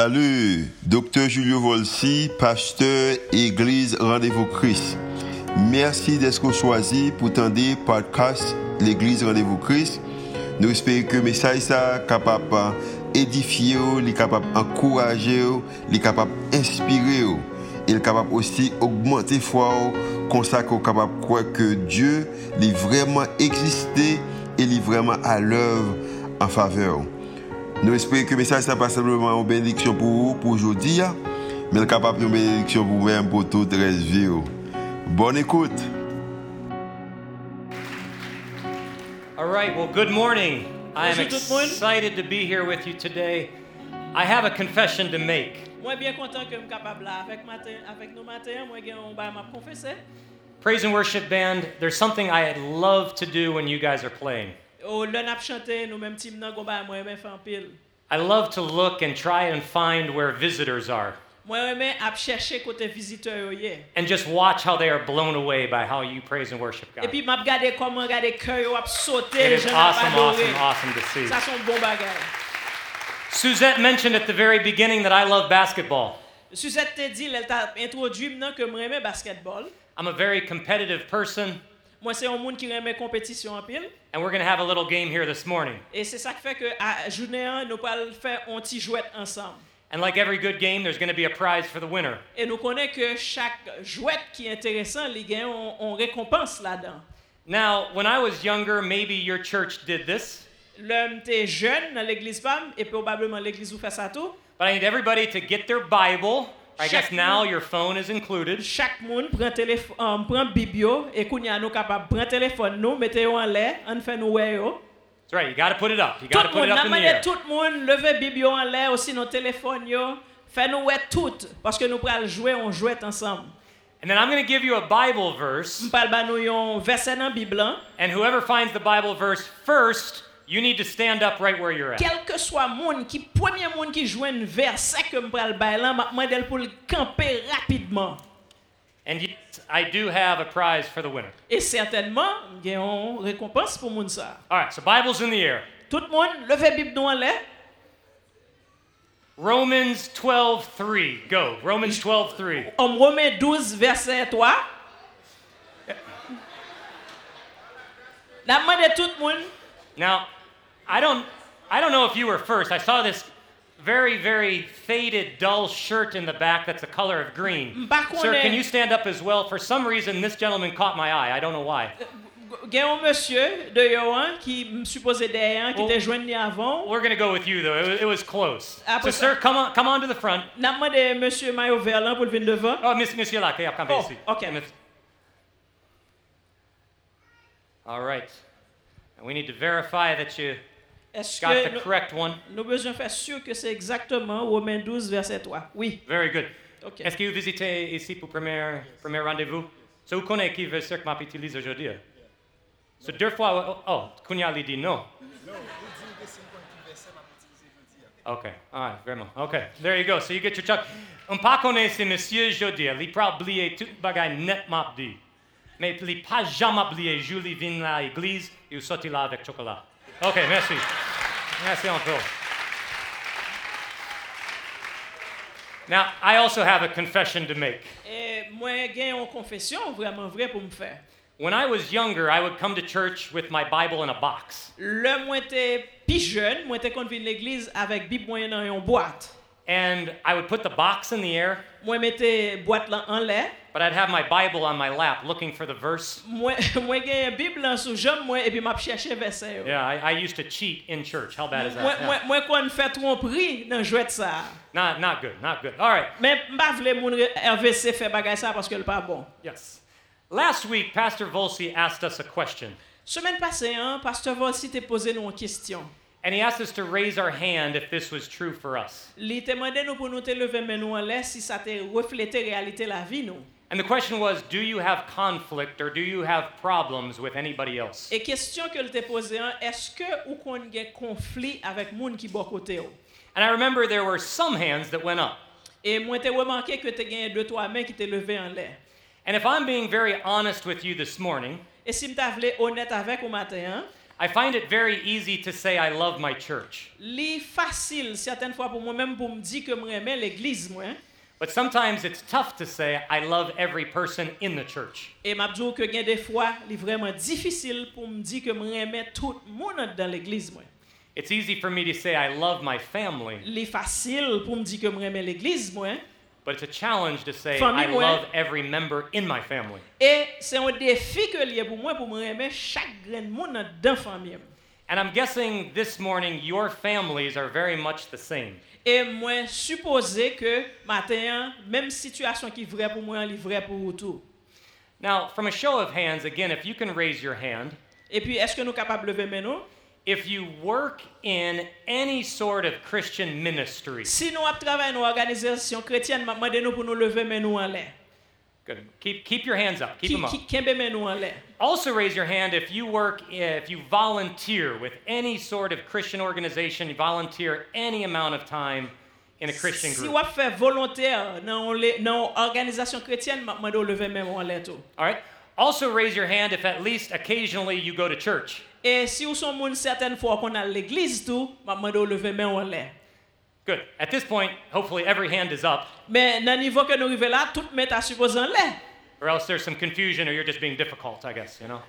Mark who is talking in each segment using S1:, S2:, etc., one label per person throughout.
S1: Salut, docteur Julio Volsi, pasteur Église Rendez-vous Christ. Merci d'être choisi pour tendre podcast l'Église Rendez-vous Christ. Nous espérons que le message est capable d'édifier, capable d'encourager, capable d'inspirer. Il est capable aussi d'augmenter la foi, consacrer capable de croire que Dieu est vraiment existé et est vraiment à l'œuvre en faveur. Nous espérons que le message n'est pas simplement une bénédiction pour vous, pour aujourd'hui, mais capable une bénédiction pour vous-même, pour toute la vie. Bonne écoute.
S2: All right, well, good morning. I am
S3: Bonjour, tout le monde.
S2: excited to be here with you today. I have a confession to make.
S3: Mwen byen kontan ke m kapab la avèk, maten, avèk nou maten, mwen gen yon bay m ap konfese.
S2: Praise and Worship Band, there's something I'd love to do when you guys are playing.
S3: O lè n ap chante, nou menm tim nan gon bay mwen remè fè an pil.
S2: I love to look and try and find where visitors are
S3: Mwen remè ap chèche kote vizite yo ye.
S2: and just watch how they are blown away by how you praise and worship
S3: E
S2: God.
S3: pi m ap gade koman gade kè yo ap sote,
S2: It is
S3: jen ap
S2: awesome,
S3: adore.
S2: awesome, awesome to see.
S3: Sa son bon bagay.
S2: Suzette mentioned at the very beginning that I love basketball.
S3: Suzette te di, lè l ta introdwi m nan ke m remè basketball.
S2: I'm a very competitive person,
S3: Mwen se yon moun ki remè kompetisyon an pil.
S2: and we're going to have a little game here this morning.
S3: E se sa k fè ke a jounen an, nou pal fè on ti jwet ansam.
S2: And like every good game, there's going to be a prize for the winner.
S3: E nou konen ke chak jwet ki enteresan li gen, on, on rekompans la dan.
S2: Now, when I was younger, maybe your church did this,
S3: L'homme était jeune dans l'église femme et probablement l'église où fait ça tout.
S2: but I need everybody to get their Bible. I guess
S3: Check.
S2: now your phone is included.
S3: Chaque monde prend téléphone, prend bibio et kounya nous capable prendre téléphone nous, mettez-le en l'air, on fait nous ouais yo.
S2: That's right, you got to put it up. You
S3: Tout
S2: got to
S3: le
S2: put
S3: monde,
S2: it up
S3: n'a
S2: in the
S3: demandé
S2: air.
S3: tout le monde lever bibio en l'air aussi nos téléphones yo, fait nous ouais tout parce que nous pral jouer on jouet ensemble.
S2: And then I'm going to give you a Bible verse,
S3: Nous pral ba nou yon verset dans Bible hein.
S2: and whoever finds the Bible verse first, you need to stand up right where you're at.
S3: Quel que soit monde qui premier monde qui joue un verset que me pral bail là, m'a demandé pour le camper rapidement.
S2: And yes, I do have a prize for the winner.
S3: Et certainement, il y a une récompense pour monde ça.
S2: All right, so Bible's in the air.
S3: Tout le monde, levez Bible dans l'air.
S2: Romans 12:3. Go. Romans 12:3.
S3: En Romains 12, verset 3. La demandé tout le monde.
S2: Now, I don't I don't know if you were first. I saw this very very faded dull shirt in the back that's the color of green.
S3: Mm, Back on
S2: Sir,
S3: it.
S2: can you stand up as well? For some reason this gentleman caught my eye. I don't know why.
S3: Il y a un monsieur de Yohan qui me supposait derrière, qui
S2: Oh.
S3: était joint ni avant.
S2: We're going to go with you though. It was, it was close. So
S3: Après ça-
S2: sir, come on come on to the front.
S3: La demandé monsieur Mayo Verlan pour le venir devant.
S2: Oh, Miss Monsieur Lac, yeah, come
S3: Oh,
S2: ici.
S3: okay.
S2: Miss- All right. And we need to verify that you
S3: Est-ce
S2: got
S3: que
S2: the
S3: nous,
S2: correct one.
S3: nous besoin faire sûr que c'est exactement Romains 12, verset 3? Oui.
S2: Very good.
S3: Ok.
S2: Est-ce que vous visitez ici pour premier, premier rendez-vous? So, vous connaissez qui veut que m'a utilise aujourd'hui? So, deux fois, oh, oh Kunya lui dit non. OK, all right, vraiment. OK, there you go. So, you get your chuck. On pas connaît ce monsieur aujourd'hui. Il probablement oublié tout bagay net m'a dit. Mais il pas jamais oublié Julie vient à l'église et il sorti là avec chocolat. OK, merci. Merci encore. Now, I also have a confession to make.
S3: Et moi, j'ai une confession vraiment vraie pour me faire.
S2: When I was younger, I would come to church with my Bible in a box.
S3: Le moi était plus jeune, moi était convaincu l'église avec Bible moyen dans une boîte.
S2: And I would put the box in the air,
S3: Moi mettais boîte là en l'air.
S2: but I'd have my Bible on my lap looking for the verse.
S3: Moi moi gagne Bible là sous jambe moi et puis m'a chercher verset. yo.
S2: Yeah, I, I used to cheat in church. How bad is that?
S3: Moi
S2: Yeah.
S3: moi moi qu'on fait tromperie dans jouet ça.
S2: Not, not good, not good. All right,
S3: Mais m'pa vle moun re- RVC fait bagay ça parce que le pas bon.
S2: yes. Last week, Pastor Volsi asked us a question,
S3: Semaine passée, hein, pasteur Volsi t'a posé nous une question.
S2: and he asked us to raise our hand if this was true for us.
S3: Il t'a demandé nous pour nous te lever mais nous en l'air si ça te reflété réalité la vie nous.
S2: And the question was Do you have conflict or do you have problems with anybody else?
S3: Et question que le t'a posé, hein, est-ce que ou qu'on gagne conflit avec moun qui bon côté yo?
S2: And I remember there were some hands that went up.
S3: Et moi, t'ai remarqué que t'as gagné deux, trois mains qui t'es levé en l'air.
S2: And if I'm being very honest with you this morning,
S3: Et si m't'a voulu honnête avec au matin, hein,
S2: I find it very easy to say I love my church,
S3: Li facile certaines fois pour moi-même pour me dire que me aimer l'église moi. hein.
S2: but sometimes it's tough to say I love every person in the church.
S3: Et m'a dit que gain des fois, li vraiment difficile pour me dire que me aimer tout le monde dans l'église moi.
S2: It's easy for me to say I love my family,
S3: Li facile pour me dire que me aimer l'église moi. hein.
S2: but it's a challenge to say
S3: Famille,
S2: I
S3: ouais.
S2: love every member in my family.
S3: Et c'est un défi que lié pour moi pour me aimer chaque grain de monde dans la famille. moi.
S2: And I'm guessing this morning your families are very much the same.
S3: Et moi supposé que matin, même situation qui est vraie pour moi, elle est vraie pour vous tous.
S2: Now, from a show of hands, again, if you can raise your hand,
S3: Et puis est-ce que nous sommes capables de lever main nous
S2: if you work in any sort of Christian ministry,
S3: Si nous travaillons dans une organisation chrétienne, m'a demandé nous pour nous lever main nous en l'air.
S2: good. Keep, keep your hands up. Keep
S3: Qui
S2: them up.
S3: qui kembe main nous en l'air.
S2: Also, raise your hand if you work, if you volunteer with any sort of Christian organization, you volunteer any amount of time in a Christian
S3: Si
S2: group.
S3: vous faites volontaire dans l'organisation chrétienne, m'a demandé de lever main nous en l'air tout.
S2: All right. Also, raise your hand if at least occasionally you go to church.
S3: Et si vous sont moun certaines fois qu'on a l'église tout, m'a demandé de lever main nous en l'air.
S2: Good. At this point, hopefully every hand is up,
S3: Mais dans le niveau que nous arrivons là, tout met à supposer en l'air.
S2: or else there's some confusion, or you're just being difficult, I guess, you know?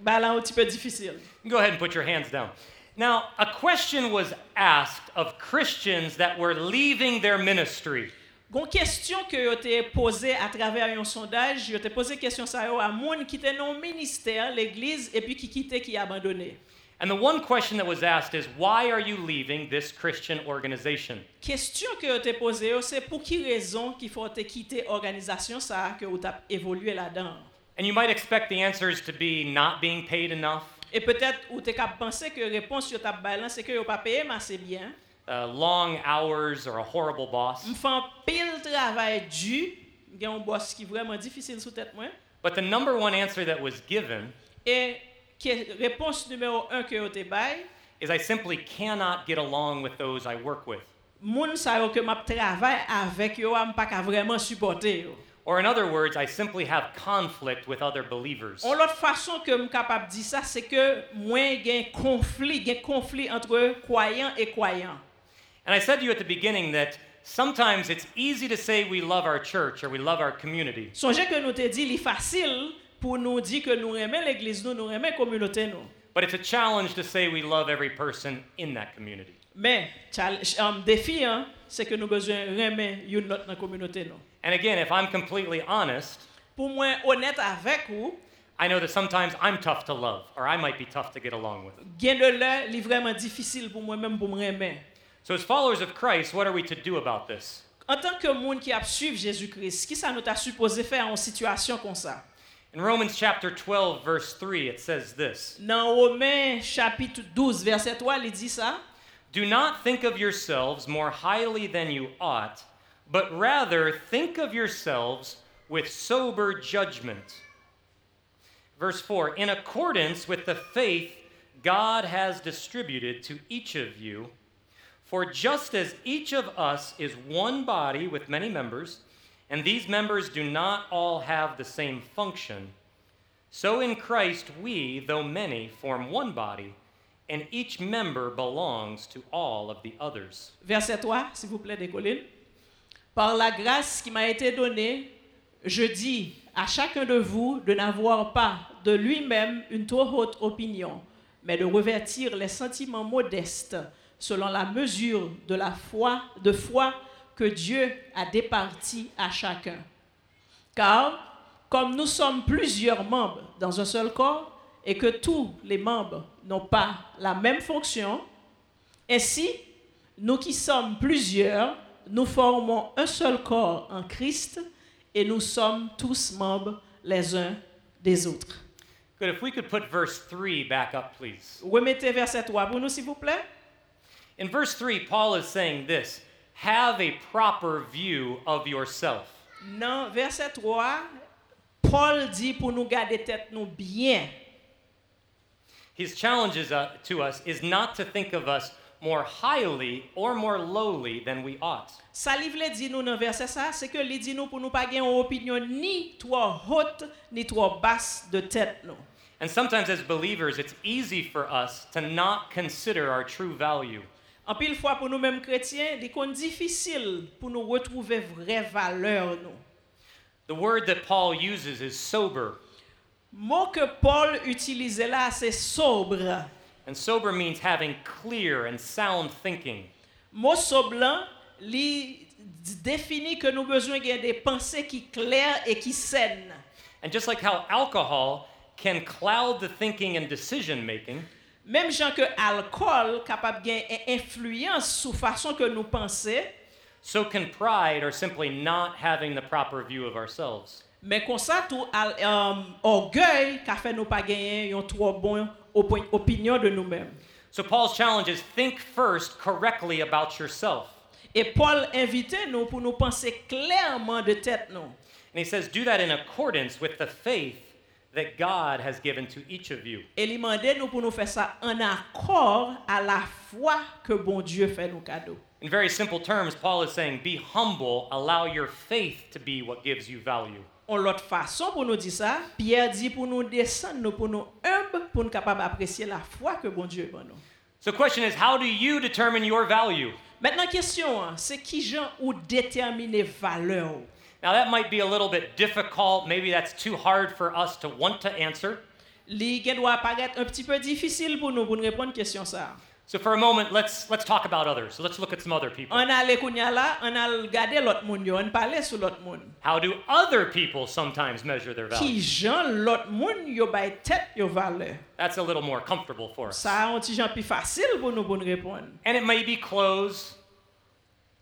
S3: Bah là, un petit peu difficile.
S2: You can Go ahead and put your hands down. Now, a question was asked of Christians that were leaving their ministry.
S3: Gon question que yo te posée à travers un sondage, yo te posé question ça yo à moun qui était non ministère, l'église et puis qui quittait qui abandonné.
S2: And the one question that was asked is, why are you leaving this Christian organization?
S3: Question que yo te posé yo, c'est pour qui raison qu'il faut te quitter organisation ça que yo t'a évolué là-dedans.
S2: And you might expect the answers to be not being paid enough,
S3: Et peut-être ou te cap penser que réponse yo t'a balance c'est que yo pas payé mais c'est bien.
S2: uh, long hours, or a horrible boss.
S3: M'fan pile travail dû, j'ai un boss qui vraiment difficile sous tête moi.
S2: But the number one answer that was given
S3: Et que- réponse numéro un que yo te bail,
S2: is, I simply cannot get along with those I work with.
S3: moun sa yo ke map travay avèk yo am pa ka vreman supporte yo.
S2: Or, in other words, I simply have conflict with other believers.
S3: On lot fason ke m kapap di sa, se ke mwen gen konflik, gen konflik entre kwayan e kwayan.
S2: And I said to you at the beginning that sometimes it's easy to say we love our church or we love our community,
S3: Sonje ke nou te di li fasil pou nou di ke nou remen l'eglise nou, nou remen komyonote nou.
S2: but it's a challenge to say we love every person in that community.
S3: Men, challenge- um, defi an, se ke nou bezwen remen yon not nan komyonote nou.
S2: And again, if I'm completely honest,
S3: Pou mwen honet avèk ou,
S2: I know that sometimes I'm tough to love or I might be tough to get along with.
S3: gen de lè li vreman difisil pou mwen men pou m remen.
S2: So, as followers of Christ, what are we to do about this?
S3: En tant que monde qui a suivi Jésus-Christ, qui ça nous t'a supposé faire en situation comme ça?
S2: In Romans chapter 12, verse 3, it says this
S3: Dans Romains chapitre 12, verset 3, il dit ça.
S2: Do not think of yourselves more highly than you ought, but rather think of yourselves with sober judgment. Verse 4 In accordance with the faith God has distributed to each of you, for just as each of us is one body with many members, and these members do not all have the same function, so in Christ we, though many, form one body, and each member belongs to all of the others.
S3: Verset 3, s'il vous plaît, décollez. Par la grâce qui m'a été donnée, je dis à chacun de vous de n'avoir pas de lui-même une trop haute opinion, mais de revêtir les sentiments modestes selon la mesure de la foi, de foi que Dieu a départie à chacun. Car, comme nous sommes plusieurs membres dans un seul corps et que tous les membres n'ont pas la même fonction, ainsi, nous qui sommes plusieurs, nous formons un seul corps en Christ et nous sommes tous membres les uns des autres.
S2: Good, if we could put verse 3 back up, please.
S3: Remettez verset 3 pour nous, s'il vous plaît.
S2: In verse 3, Paul is saying this have a proper view of yourself.
S3: Dans verset 3, Paul dit pour nous garder tête nous bien.
S2: His challenge is, uh, to us is not to think of us more highly or more lowly than we ought.
S3: Ça livre dit nous dans verset ça, c'est que il dit nous pour nous pas gagner une opinion ni trop haute ni trop basse de tête nous.
S2: And sometimes as believers, it's easy for us to not consider our true value.
S3: En pile fois pour nous-mêmes chrétiens, il est difficile pour nous retrouver vraie valeur nous.
S2: The word that Paul uses is sober,
S3: Mot que Paul utilisait là, c'est sobre.
S2: and sober means having clear and sound thinking.
S3: Mot sobre là, li définit que nous besoin de des pensées qui claires et qui saines.
S2: And just like how alcohol can cloud the thinking and decision making,
S3: Même gens que alcool capable gain influence sous façon que nous pensons,
S2: so can pride or simply not having the proper view of ourselves.
S3: mais comme ça tout al- euh, orgueil qui fait nous pas gagner une trop bonne opi- opinion de nous-mêmes.
S2: So Paul's challenge is think first correctly about yourself.
S3: Et Paul invitait nous pour nous penser clairement de tête nous.
S2: And he says, do that in accordance with the faith that God has given to each of you.
S3: Et il demandait nous pour nous faire ça en accord à la foi que bon Dieu fait nous cadeau.
S2: In very simple terms, Paul is saying, be humble, allow your faith to be what gives you value.
S3: En l'autre façon pour nous dire ça, Pierre dit pour nous descendre, nous, pour nous humbles, pour nous capables d'apprécier la foi que bon Dieu fait nous.
S2: So the question is, how do you determine your value?
S3: Maintenant, question, hein, c'est qui gens ou déterminer valeur? ou?
S2: Now that might be a little bit difficult, maybe that's too hard for us to want to answer.
S3: Li gen doit apparaître un petit peu difficile pour nous pour nous répondre question ça.
S2: So for a moment, let's let's talk about others. So let's look at some other people.
S3: On allait kounya là, on a regardé l'autre monde, yo, on parlait sur l'autre monde.
S2: How do other people sometimes measure their value?
S3: Qui gens l'autre monde yo bay tête yo valeur?
S2: That's a little more comfortable for us.
S3: Ça un petit gens plus facile pour nous pour nous répondre.
S2: And it may be clothes.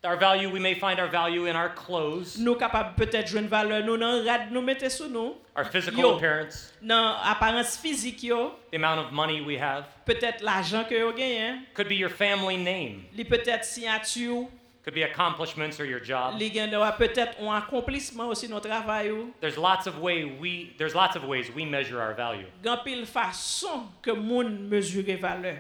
S2: Our value, we may find our value in our clothes,
S3: Nous capables peut-être jouer une valeur nous dans rad nous mettez sous nous,
S2: our physical
S3: Yo.
S2: appearance,
S3: dans apparence physique yo,
S2: the amount of money we have.
S3: peut-être l'argent que yo gagne,
S2: Could be your family name,
S3: li peut-être signature,
S2: could be accomplishments or your job.
S3: li gen doit peut-être un accomplissement aussi dans travail ou.
S2: There's lots of way we there's lots of ways we measure our value.
S3: Gan pil façon que moun mesure valeur.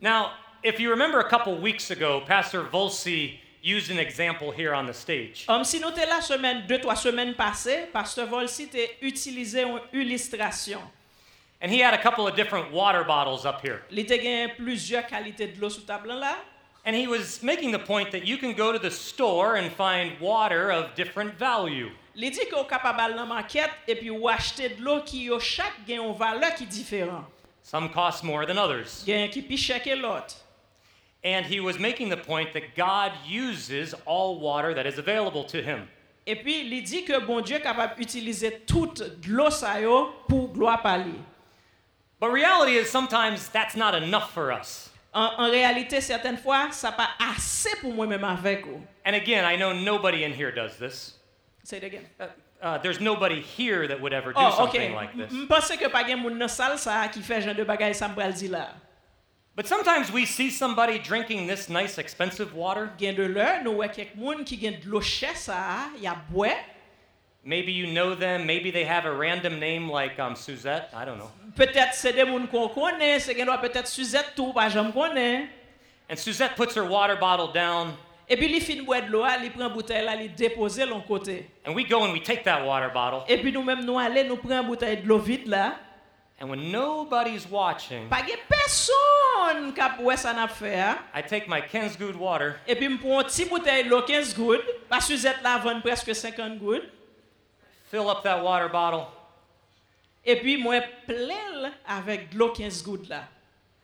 S2: Now, if you remember a couple weeks ago, Pastor Volsi used an example here on the stage.
S3: Om si nou te la semaine, deux, trois semaines passées, Pasteur Volsi te utilisé une illustration.
S2: And he had a couple of different water bottles up here.
S3: Il te gen plusieurs qualités de l'eau sous table là.
S2: And he was making the point that you can go to the store and find water of different value.
S3: Il dit qu'on capable d'aller dans market et puis ou acheter de l'eau qui yo chaque gen une valeur qui différent.
S2: Some cost more than others.
S3: Gen qui pi cher que l'autre.
S2: And he was making the point that God uses all water that is available to him.
S3: Et puis il dit que bon Dieu capable d'utiliser toute de l'eau ça yo pour gloire par lui.
S2: But reality is sometimes that's not enough for us.
S3: En, en réalité, certaines fois, ça pas assez pour moi-même avec vous.
S2: And again, I know nobody in here does this.
S3: Say it again.
S2: Uh, uh, there's nobody here that would ever do
S3: Oh, ok.
S2: something like this.
S3: Je pense que pas gen moun nan sal ça qui fait genre de bagay ça me pral di là.
S2: But sometimes we see somebody drinking this nice, expensive water.
S3: Gen de l'heure, nous voyons quelques moun qui gen de l'eau chère ça, y a boire.
S2: Maybe you know them. Maybe they have a random name like um, Suzette. I don't know.
S3: Peut-être c'est des moun qu'on connaît, c'est gen doit peut-être Suzette tout, pas j'aime connaît.
S2: And Suzette puts her water bottle down,
S3: Et puis, il fin boire de l'eau, il prend bouteille là, il dépose l'on côté.
S2: and we go and we take that water bottle.
S3: Et puis, nous-mêmes, nous allons, nous prenons bouteille de l'eau vide là.
S2: And when nobody's watching,
S3: Pas gen personne qui a boire ça n'a fait. hein.
S2: I take my Ken's Good water
S3: Et puis, je prends une petite bouteille de l'eau 15 gouttes. Pas Suzette là, vend presque 50 gouttes.
S2: fill up that water bottle.
S3: Et puis, moi, plein avec de l'eau 15 gouttes là.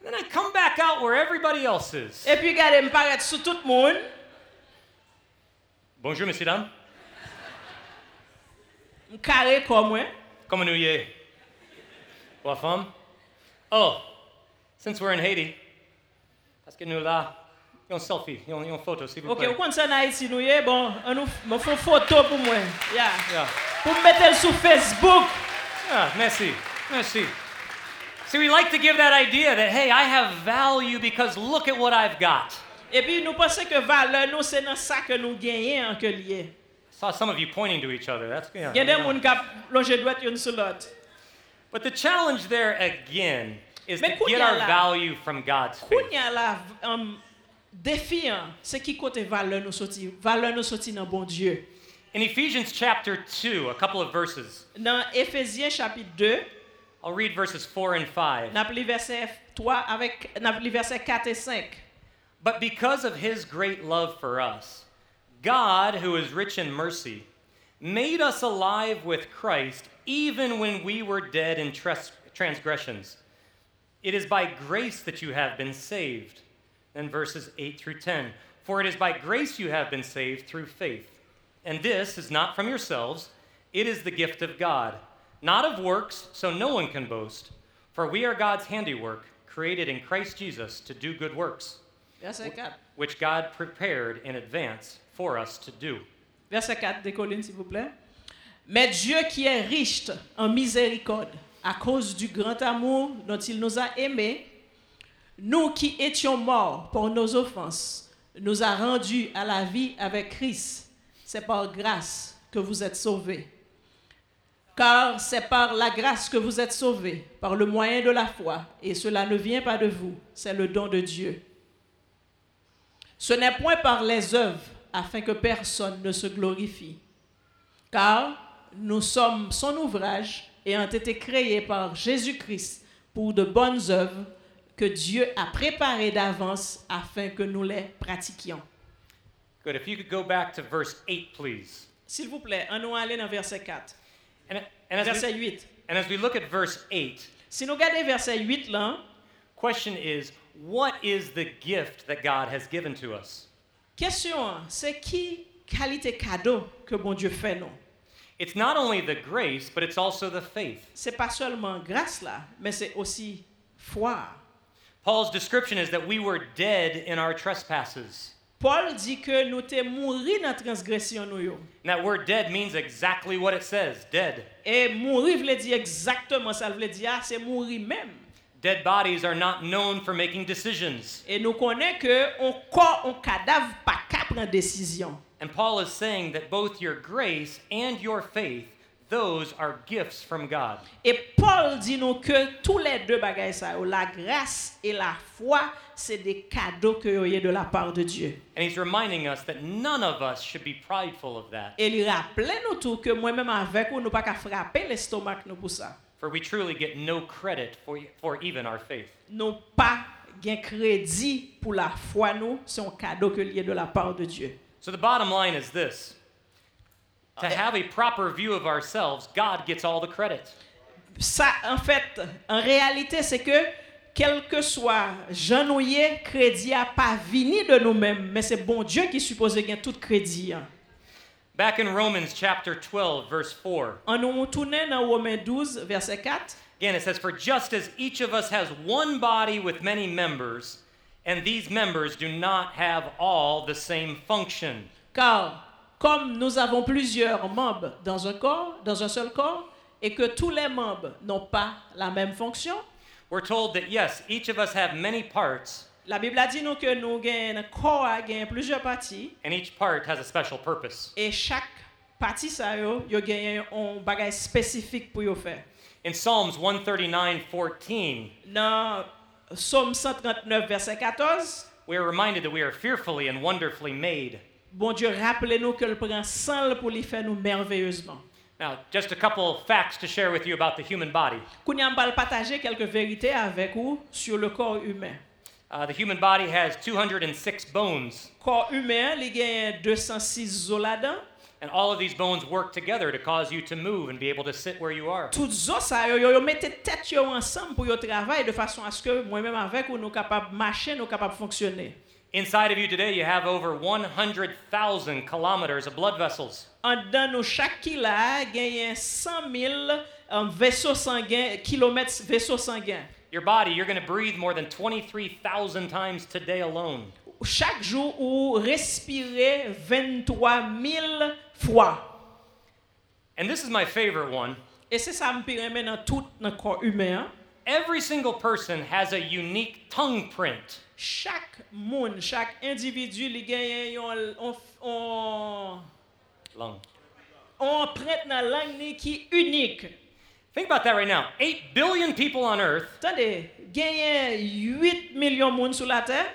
S2: And then I come back out where everybody else is.
S3: Et puis, regardez, me paraître sous tout le monde.
S2: Bonjour, messieurs, dames.
S3: me Carré comme moi.
S2: Comment nous y est? Bonne femme? Oh, since we're in Haiti, parce que nous là, y a un selfie, y a un- y a une photo, s'il vous
S3: Ok,
S2: plaît.
S3: ou kon sa nan Haiti nou ye, bon, an nou f- m'en fon photo pour moi. Yeah.
S2: Yeah.
S3: Pour mettre elle sur Facebook.
S2: Ah, merci, merci. See, we like to give that idea that, hey, I have value because look at what I've got.
S3: Et puis nous pensons que valeur nous c'est dans ça que nous gagnons en que lié.
S2: saw some of you pointing to each other. That's yeah.
S3: Il y a des gens qui longé droite une sur l'autre.
S2: But the challenge there again is
S3: Mais
S2: to get our
S3: Kunyala-
S2: value from God's
S3: Koun
S2: faith.
S3: y a la um, défi, hein, c'est qui côté valeur nous sorti, valeur nous sorti dans bon Dieu.
S2: In Ephesians chapter 2, a couple of verses,
S3: Dans Éphésiens chapitre 2,
S2: I'll read verses 4 and 5.
S3: N'a pris verset 3 avec n'a pris verset 4 et 5.
S2: But because of his great love for us, God, who is rich in mercy, made us alive with Christ even when we were dead in tres- transgressions. It is by grace that you have been saved. Then verses 8 through 10. For it is by grace you have been saved through faith. And this is not from yourselves, it is the gift of God, not of works, so no one can boast. For we are God's handiwork, created in Christ Jesus to do good works
S3: Verset 4.
S2: which God prepared in advance for us to do.
S3: Verset 4 des collines, s'il vous plaît. Mais Dieu qui est riche en miséricorde, à cause du grand amour dont il nous a aimés, nous qui étions morts pour nos offenses, nous a rendus à la vie avec Christ. C'est par grâce que vous êtes sauvés. Car c'est par la grâce que vous êtes sauvés, par le moyen de la foi, et cela ne vient pas de vous, c'est le don de Dieu. Ce n'est point par les œuvres, afin que personne ne se glorifie. Car nous sommes son ouvrage et ont été créés par Jésus-Christ pour de bonnes œuvres que Dieu a préparées d'avance afin que nous les pratiquions.
S2: Good. If you could go back to verse 8, please.
S3: S'il vous plaît, on nous aller dans verset 4.
S2: And, and, as
S3: Verset
S2: we,
S3: 8.
S2: and as we look at verse 8,
S3: Si nous regardons verset 8 là,
S2: question is what is the gift that God has given to us?
S3: question, c'est qui qualité cadeau que bon Dieu fait non?
S2: It's not only the grace, but it's also the faith.
S3: C'est pas seulement grâce là, mais c'est aussi foi.
S2: Paul's description is that we were dead in our trespasses.
S3: Paul dit que nous t'es mouru dans la transgression nous yo.
S2: And that word dead means exactly what it says dead.
S3: Et mourir voulait dire exactement ça, voulait dire ah, c'est mourir même.
S2: Dead bodies are not known for making decisions.
S3: Et nous connaissons que on corps, on cadavre pas qu'à prendre décision.
S2: And Paul is saying that both your grace and your faith, those are gifts from God.
S3: Et Paul dit nous que tous les deux bagages ça, yo, la grâce et la foi, c'est des cadeaux que vous de la part de Dieu.
S2: And he's reminding us that none of us should be prideful of that,
S3: Et il rappelle nous tout que moi-même avec nous, nous pas qu'à frapper l'estomac nous pour ça.
S2: for we truly get no credit for, for even our faith.
S3: Nous pas gain crédit pour la foi nous, c'est un cadeau que lié de la part de Dieu.
S2: So the bottom line is this to have a proper view of ourselves, God gets all the credit.
S3: ça, en fait, en réalité, c'est que quel que soit janouillé, crédit a pas vini de nous-mêmes, mais c'est bon Dieu qui suppose gagner tout crédit. hein.
S2: Back in Romans chapter 12, verse 4,
S3: En nous tournant dans Romains 12, verset 4,
S2: again it says, For just as each of us has one body with many members, and these members do not have all the same function.
S3: car comme nous avons plusieurs membres dans un corps, dans un seul corps, et que tous les membres n'ont pas la même fonction,
S2: We're told that yes, each of us have many parts,
S3: la Bible a dit nous que nous avons un corps, a gagné plusieurs parties,
S2: and each part has a special purpose.
S3: et chaque partie, ça, yo, yo gagne un bagage spécifique pour yo faire.
S2: In Psalms 139:14,
S3: Dans Psaume 139, verset 14,
S2: we are reminded that we are fearfully and wonderfully made.
S3: bon Dieu, rappelez-nous que le prend sang pour lui faire nous merveilleusement.
S2: Now, just a couple of facts to share with you about the human body.
S3: Kounia va partager quelques vérités avec vous sur le corps humain.
S2: Uh, the human body has 206 bones,
S3: corps humain, il gagne 206 os là-dedans.
S2: and all of these bones work together to cause you to move and be able to sit where you are.
S3: Toutes os, ça, yo, yo, yo mettez tête yo ensemble pour yo travail de façon à ce que moi-même avec vous, nous capables de marcher, nous capables de fonctionner.
S2: Inside of you today, you have over 100,000 kilometers of blood vessels.
S3: En dedans, nous, chaque qui là, gagne 100 000 euh, vaisseaux sanguins, kilomètres vaisseaux sanguins.
S2: Your body, you're going to breathe more than 23,000 times today alone.
S3: chaque jour ou respirer 23 000 fois.
S2: And this is my favorite one.
S3: Et c'est ça qui me permet dans tout le corps humain. hein.
S2: Every single person has a unique tongue print.
S3: Chaque monde, chaque individu, il gagne une
S2: Lung.
S3: empreinte dans la langue ni qui est unique.
S2: Think about that right now. 8 billion people on earth,
S3: Attendez, gagner 8 millions de monde sur la terre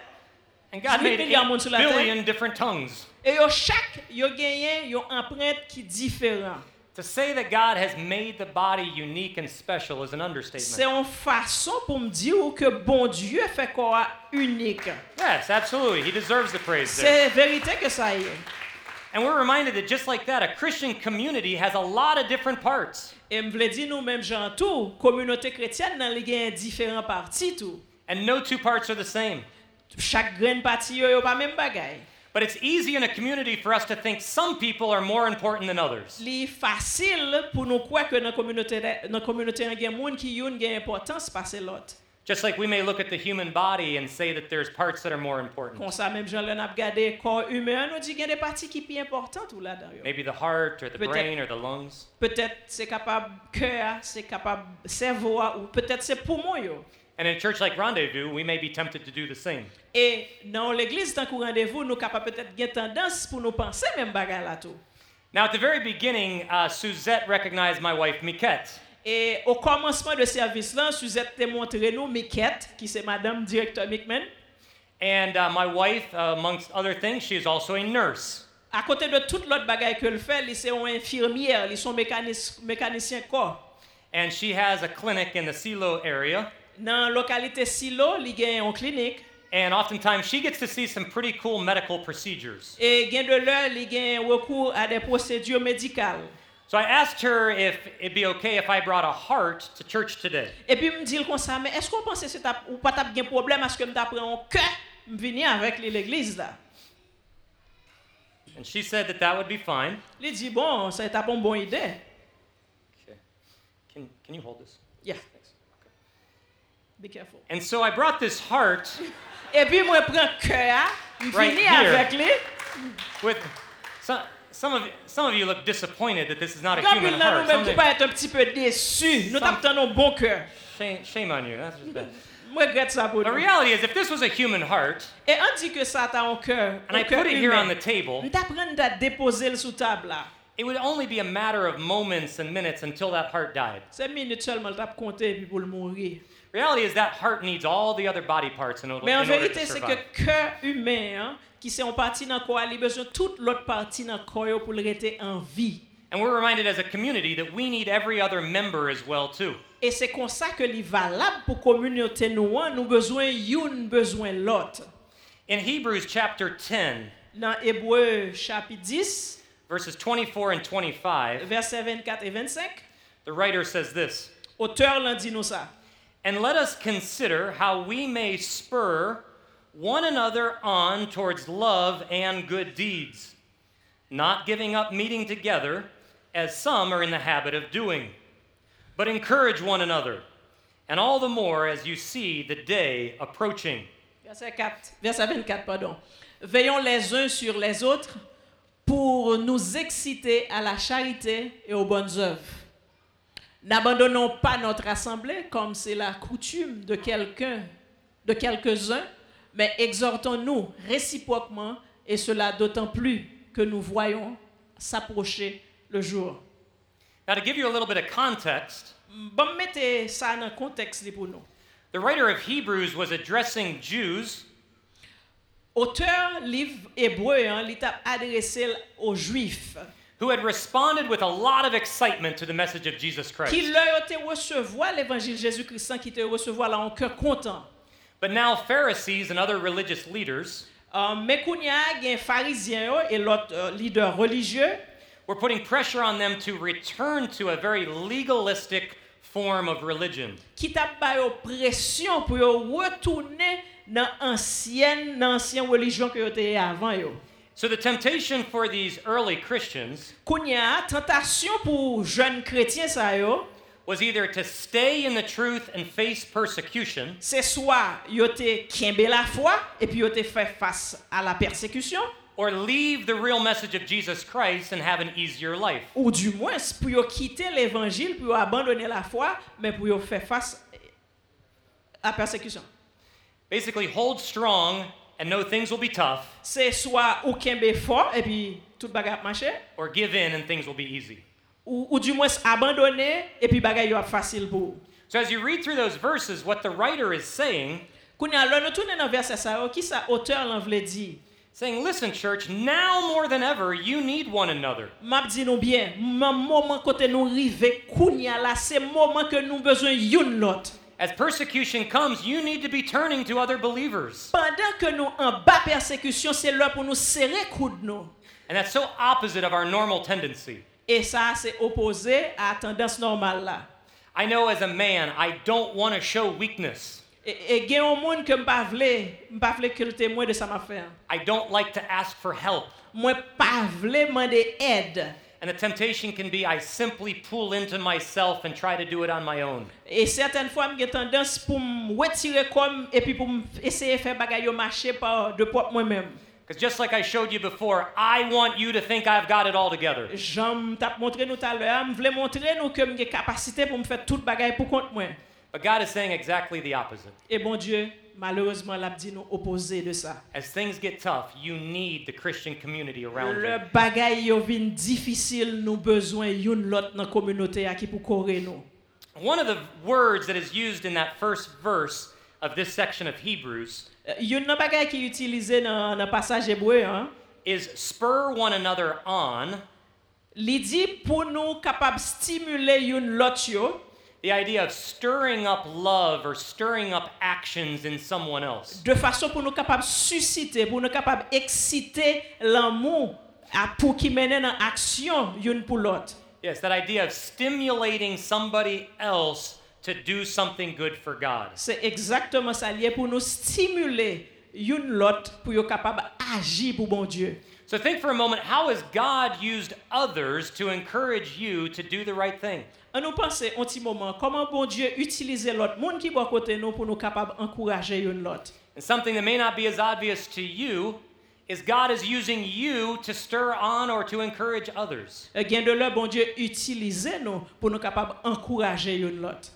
S2: and God
S3: Huit
S2: made 8
S3: milliards moun sou la terre.
S2: billion different tongues.
S3: et yo chaque yo gagne une empreinte qui est différente.
S2: To say that God has made the body unique and special is an
S3: C'est
S2: understatement.
S3: une façon pour me dire que bon Dieu fait quoi unique.
S2: Yes, absolutely. He deserves the praise there.
S3: C'est vérité que ça y est.
S2: And we're reminded that just like that, a Christian community has a lot of different parts.
S3: Et me vle di nou menm jan tou, communauté chrétienne nan li gen différents parties tou.
S2: And no two parts are the same.
S3: Chaque grain parti yo yo pa même bagay.
S2: But it's easy in a community for us to think some people are more important than others.
S3: Li facile pour nous croire que dans communauté dans communauté an gen moun ki youn gen importance pase l'autre.
S2: Just like we may look at the human body and say that there's parts that are more important.
S3: Kon sa menm jan lè n ap gade corps humain, nou di gen des parties qui pi importantes ou la dan yo.
S2: Maybe the heart or the
S3: But that-
S2: brain or the lungs.
S3: Peut-être c'est capable cœur, c'est capable cerveau ou peut-être c'est poumon yo.
S2: And in a church like Rendezvous, we may be tempted to do the same.
S3: Et dans l'église, tant qu'on rendez-vous, nous capable peut-être une tendance pour nous penser même bagarre là tout.
S2: Now, at the very beginning, uh, Suzette recognized my wife, Miquette.
S3: Et au commencement de service là, Suzette t'a montré nous Miquette, qui c'est madame directeur McMahon.
S2: And uh, my wife, uh, amongst other things, she is also a nurse.
S3: À côté de toute l'autre bagaille qu'elle fait, ils sont infirmières, ils sont mécanici- mécaniciens corps.
S2: And she has a clinic in the Silo area.
S3: Dans la localité Silo, ils gagnent en clinique.
S2: And oftentimes, she gets to see some pretty cool medical procedures.
S3: Et gain de l'heure, ils gagnent recours à des procédures médicales.
S2: So I asked her if it'd be okay if I brought a heart to church today.
S3: Et puis me dire comme ça, mais est-ce qu'on pense que c'est tap- ou pas tap un problème à ce que me t'apprends en cœur, me venir avec les- l'église là.
S2: And she said that that would be fine.
S3: Il dit bon, ça t'a pas une bonne idée.
S2: Okay. Can, can you hold this?
S3: Yeah,
S2: Thanks. Okay.
S3: be careful.
S2: And so I brought this heart
S3: Et puis moi prends cœur, je
S2: Right
S3: finis
S2: here.
S3: avec lui.
S2: with some, some, of, some of you look disappointed that this is not a
S3: Quand
S2: human
S3: il là
S2: heart.
S3: nous même qui
S2: Something-
S3: pas être un petit peu déçu, nous
S2: Some-
S3: t'attendons un bon cœur.
S2: shame, shame on you. That's just bad.
S3: Moi regrette ça pour
S2: The
S3: nous.
S2: reality is, if this was a human heart,
S3: Et on dit que ça t'a un cœur,
S2: and
S3: un
S2: I
S3: cœur
S2: put it here on
S3: humain.
S2: the table,
S3: On t'apprend à déposer le sous table là.
S2: it would only be a matter of moments and minutes until that heart died.
S3: C'est minutes seulement le tape compter puis pour le mourir.
S2: Reality is, that heart needs all the other body parts in order,
S3: Mais en
S2: in order
S3: vérité,
S2: to
S3: c'est que
S2: survive.
S3: cœur humain, hein, qui c'est en partie dans le corps, il a besoin de toute l'autre partie dans le corps yo pour le rester en vie.
S2: And we're reminded as a community that we need every other member as well too.
S3: Et c'est comme ça que les valable pour communauté nous, hein, nous besoin une, besoin l'autre.
S2: In Hebrews chapter 10,
S3: Dans Hébreu chapitre 10,
S2: verses 24 and 25,
S3: versets 24 et 25,
S2: the writer says this,
S3: auteur l'en dit nous ça.
S2: "And let us consider how we may spur one another on towards love and good deeds, not giving up meeting together as some are in the habit of doing, but encourage one another, and all the more as you see the day approaching."
S3: Verset 4, verset 24, pardon. Veillons les uns sur les autres pour nous exciter à la charité et aux bonnes œuvres. N'abandonnons pas notre assemblée comme c'est la coutume de quelqu'un, de quelques-uns, mais exhortons-nous réciproquement et cela d'autant plus que nous voyons s'approcher le jour.
S2: Now to give you a little bit of context,
S3: Bon, mettez ça dans le contexte pour nous.
S2: The writer of Hebrews was addressing Jews
S3: Auteur livre hébreu, hein, il t'a adressé aux Juifs.
S2: who had responded with a lot of excitement to the message of Jesus
S3: qui
S2: Christ.
S3: leur te recevoir l'évangile Jésus-Christ qui te recevoir là en cœur content.
S2: But now Pharisees and other religious leaders
S3: Euh, mais qu'il y a des pharisiens yo, et l'autre euh, leader religieux
S2: were putting pressure on them to return to a very legalistic form of religion.
S3: qui t'a fait pression pour yo retourner dans l'ancienne ancienne religion que tu avant yo.
S2: So the temptation for these early Christians
S3: Qu'il y a tentation pour jeunes chrétiens ça yo,
S2: was either to stay in the truth and face persecution
S3: c'est soit yo te kembe la foi et puis yo te fait face à la persécution
S2: or leave the real message of Jesus Christ and have an easier life.
S3: ou du moins pour yo quitter l'évangile, pour yo abandonner la foi, mais pour yo faire face à la persécution.
S2: Basically, hold strong and know things will be tough.
S3: C'est soit ou kembe fort et puis tout bagay ap marché,
S2: or give in and things will be easy.
S3: ou, ou du moins abandonner et puis bagay yo ap facile pour ou.
S2: So as you read through those verses, what the writer is saying
S3: oh, Kounya, lò nou tounen nan verset sa yo, ki sa auteur l'en vle di?
S2: saying, Listen, church, now more than ever, you need one another.
S3: Map di nou byen, man moman kote nou rive kounya la, se moman ke nou bezwen yon lot.
S2: As persecution comes, you need to be turning to other believers.
S3: Pendan ke nou an ba persekusyon, se lò pou nou serre koud nou.
S2: And that's so opposite of our normal tendency.
S3: E sa se opose a tendans normal la.
S2: I know as a man, I don't want to show weakness.
S3: E, e gen yon moun ke mpa vle, mpa vle ke l temwen de sa ma hein. fè. an.
S2: I don't like to ask for help.
S3: Mwen pa vle mande ed.
S2: And the temptation can be I simply pull into myself and try to do it on my own.
S3: E certaines fwa mwen gen tendans pou m wetire kom, e pi pou m eseye fè bagay yo mache pa de pop mwen mèm.
S2: Because just like I showed you before, I want you to think I've got it all together.
S3: Jom tap montre nou talè, m vle montre nou ke m gen kapasite pou m fè tout bagay pou kont mwen.
S2: But God is saying exactly the opposite.
S3: Et bon Dieu, malheureusement, l'a dit nous opposé de ça.
S2: As things get tough, you need the Christian community around you.
S3: Le bagay yo vin difficile, nous besoin youn lot dans la communauté à qui pour correr nous.
S2: One of the words that is used in that first verse of this section of Hebrews
S3: Euh, Youn nan bagay qui utilisé dans le passage hébreu, hein,
S2: is spur one another on.
S3: li dit pour nous capable stimuler youn lot yo,
S2: The idea of stirring up love or stirring up actions in someone else.
S3: de façon pour nous capable susciter, pour nous capable exciter l'amour à- pour qui mène dans action youn pour l'autre.
S2: Yes, that idea of stimulating somebody else to do something good for God.
S3: C'est exactement ça lié pour nous stimuler youn lot pour yo capable agir pour bon Dieu.
S2: So think for a moment how has God used others to encourage you to do the right thing?
S3: On nous pense un petit moment, comment bon Dieu utilise l'autre monde qui est à côté nous pour nous capables d'encourager une l'autre.
S2: And something that may not be as obvious to you is God is using you to stir on or to encourage others.
S3: Euh, Gain de là, bon Dieu utilise nous pour nous capables d'encourager une l'autre.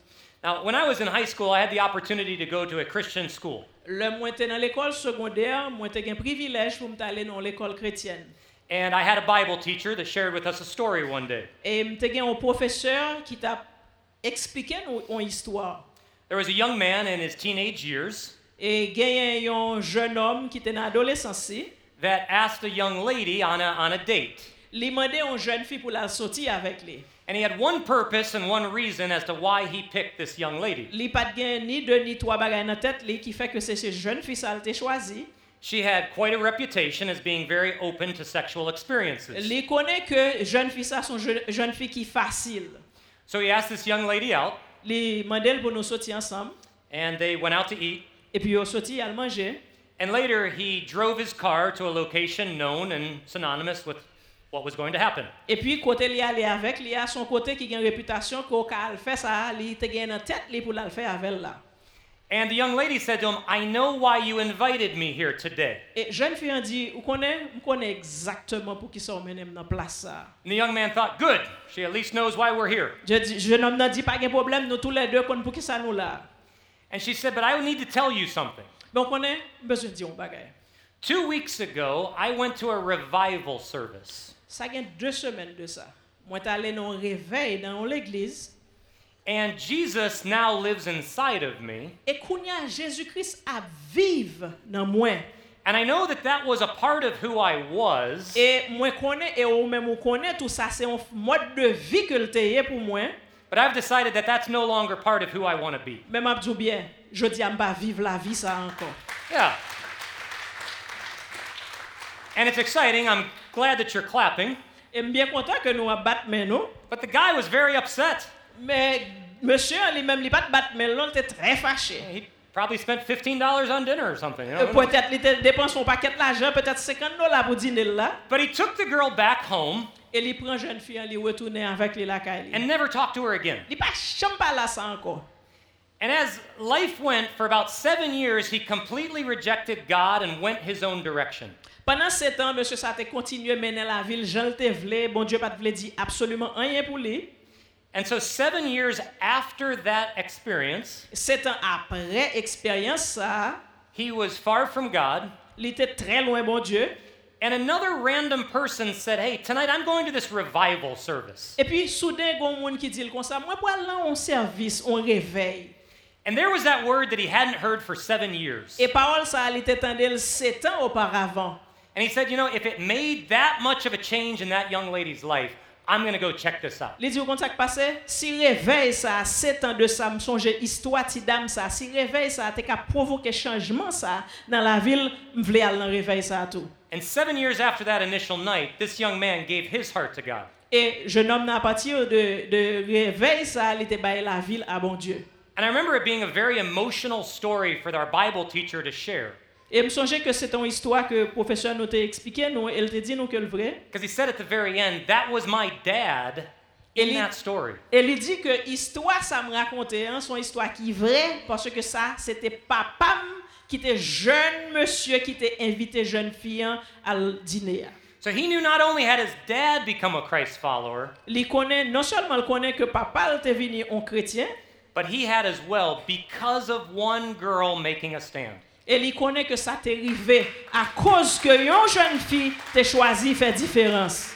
S2: Now, when I was in high school, I had the opportunity to go to a Christian school.
S3: Le moi j'étais dans l'école secondaire, moi j'étais un privilège pour aller dans l'école chrétienne.
S2: And I had a Bible teacher that shared with us a story one day.
S3: Et j'étais un professeur qui t'a expliqué nous une histoire.
S2: There was a young man in his teenage years
S3: Et gain un jeune homme qui était dans l'adolescence,
S2: that asked a young lady on a, on a date.
S3: il demandait une jeune fille pour la sortir avec lui.
S2: And he had one purpose and one reason as to why he picked this young lady.
S3: Li pat gen ni de ni trois bagay nan tèt li ki fè ke se se jen fi sa l te chwazi.
S2: She had quite a reputation as being very open to sexual experiences.
S3: Li konen ke jen fi sa son je- jen fi ki fasil.
S2: So he asked this young lady out,
S3: Li mandel pou nou soti ansam,
S2: and they went out to eat.
S3: epi yo soti al manje.
S2: And later, he drove his car to a location known and synonymous with what was going to happen.
S3: Epi kote li ale avek, li a son kote ki gen reputasyon ko ka al fè sa, li te gen nan tèt li pou la l fè avel la.
S2: And the young lady said to him, I know why you invited me here today.
S3: E jen fi an di, ou konen, m konen exactement pou ki sa ou menem nan plas sa.
S2: And the young man thought, Good, she at least knows why we're here.
S3: Je, di, je nom nan di pa gen problem, nou tou le de kon pou ki sa nou la.
S2: And she said, But I need to tell you something.
S3: Bon konen, bezon di yon bagay.
S2: Two weeks ago, I went to a revival service,
S3: Ça fait deux semaines de ça. Moi, suis allé dans un réveil dans l'église.
S2: and Jesus now lives inside of me.
S3: Et kounya, Jésus-Christ a vivre dans moi.
S2: And I know that that was a part of who I was,
S3: Et moi connais, et ou même ou connais, tout ça, c'est un mode de vie que le teye pour moi.
S2: but I've decided that that's no longer part of who I want to be.
S3: Mais m'a dit bien, je dis à pas vivre la vie ça encore.
S2: Yeah. And it's exciting. I'm glad that you're clapping.
S3: Et suis bien content que nous a Batman, non?
S2: But the guy was very upset.
S3: Mais monsieur lui-même, il pas de Batman, non, il était très fâché.
S2: He probably spent $15 on dinner or something. you know?
S3: Euh, Peut-être il dépense son paquet d'argent, peut-être 50 dollars pour dîner là.
S2: But he took the girl back home
S3: Et il prend jeune fille, il retourne avec les la caille.
S2: and never talked to her again.
S3: Li pa chanm pa la sa anko.
S2: And as life went, for about seven years, he completely rejected God and went his own direction.
S3: Pendan se tan, M. Sate kontinye menen la vil, jan lte vle, bon Diyo pat vle di absolument anyen pou li.
S2: And so, seven years after that experience,
S3: Se tan apre eksperyans sa,
S2: he was far from God.
S3: li te tre loin bon Diyo.
S2: And another random person said, Hey, tonight I'm going to this revival service.
S3: E pi souden goun moun ki dil kon sa, mwen pou al lan on servis, on revey.
S2: And there was that word that he hadn't heard for seven years.
S3: E parol sa li te tendel se tan oparavan.
S2: And he said, You know, if it made that much of a change in that young lady's life, I'm going to go check this out.
S3: Li di ou kontak pase, si revey sa, setan de sa, m sonje histwa ti dam sa, si revey sa, te ka provoke chanjman sa nan la vil, m vle al nan revey sa tou.
S2: And seven years after that initial night, this young man gave his heart to God.
S3: E jen om nan patir de, de revey sa, li te baye la vil a bon Diyo.
S2: And I remember it being a very emotional story for our Bible teacher to share.
S3: E m sonje ke se ton histwa ke profeseur nou te eksplike nou, el te di nou ke l vre.
S2: Because he said at the very end, That was my dad in
S3: Eli-
S2: that story.
S3: E li di ke histwa sa m rakonte an, hein, son histwa ki vre, parce ke sa, se te papam ki te jen monsye ki te invite jen fiyan al dine ya.
S2: So he knew not only had his dad become a Christ follower,
S3: Li konen, non seulement li konen ke papa li te vini an kretien,
S2: but he had as well because of one girl making a stand.
S3: e li konen ke sa te rive a koz ke yon jen fi te chwazi fe diferans.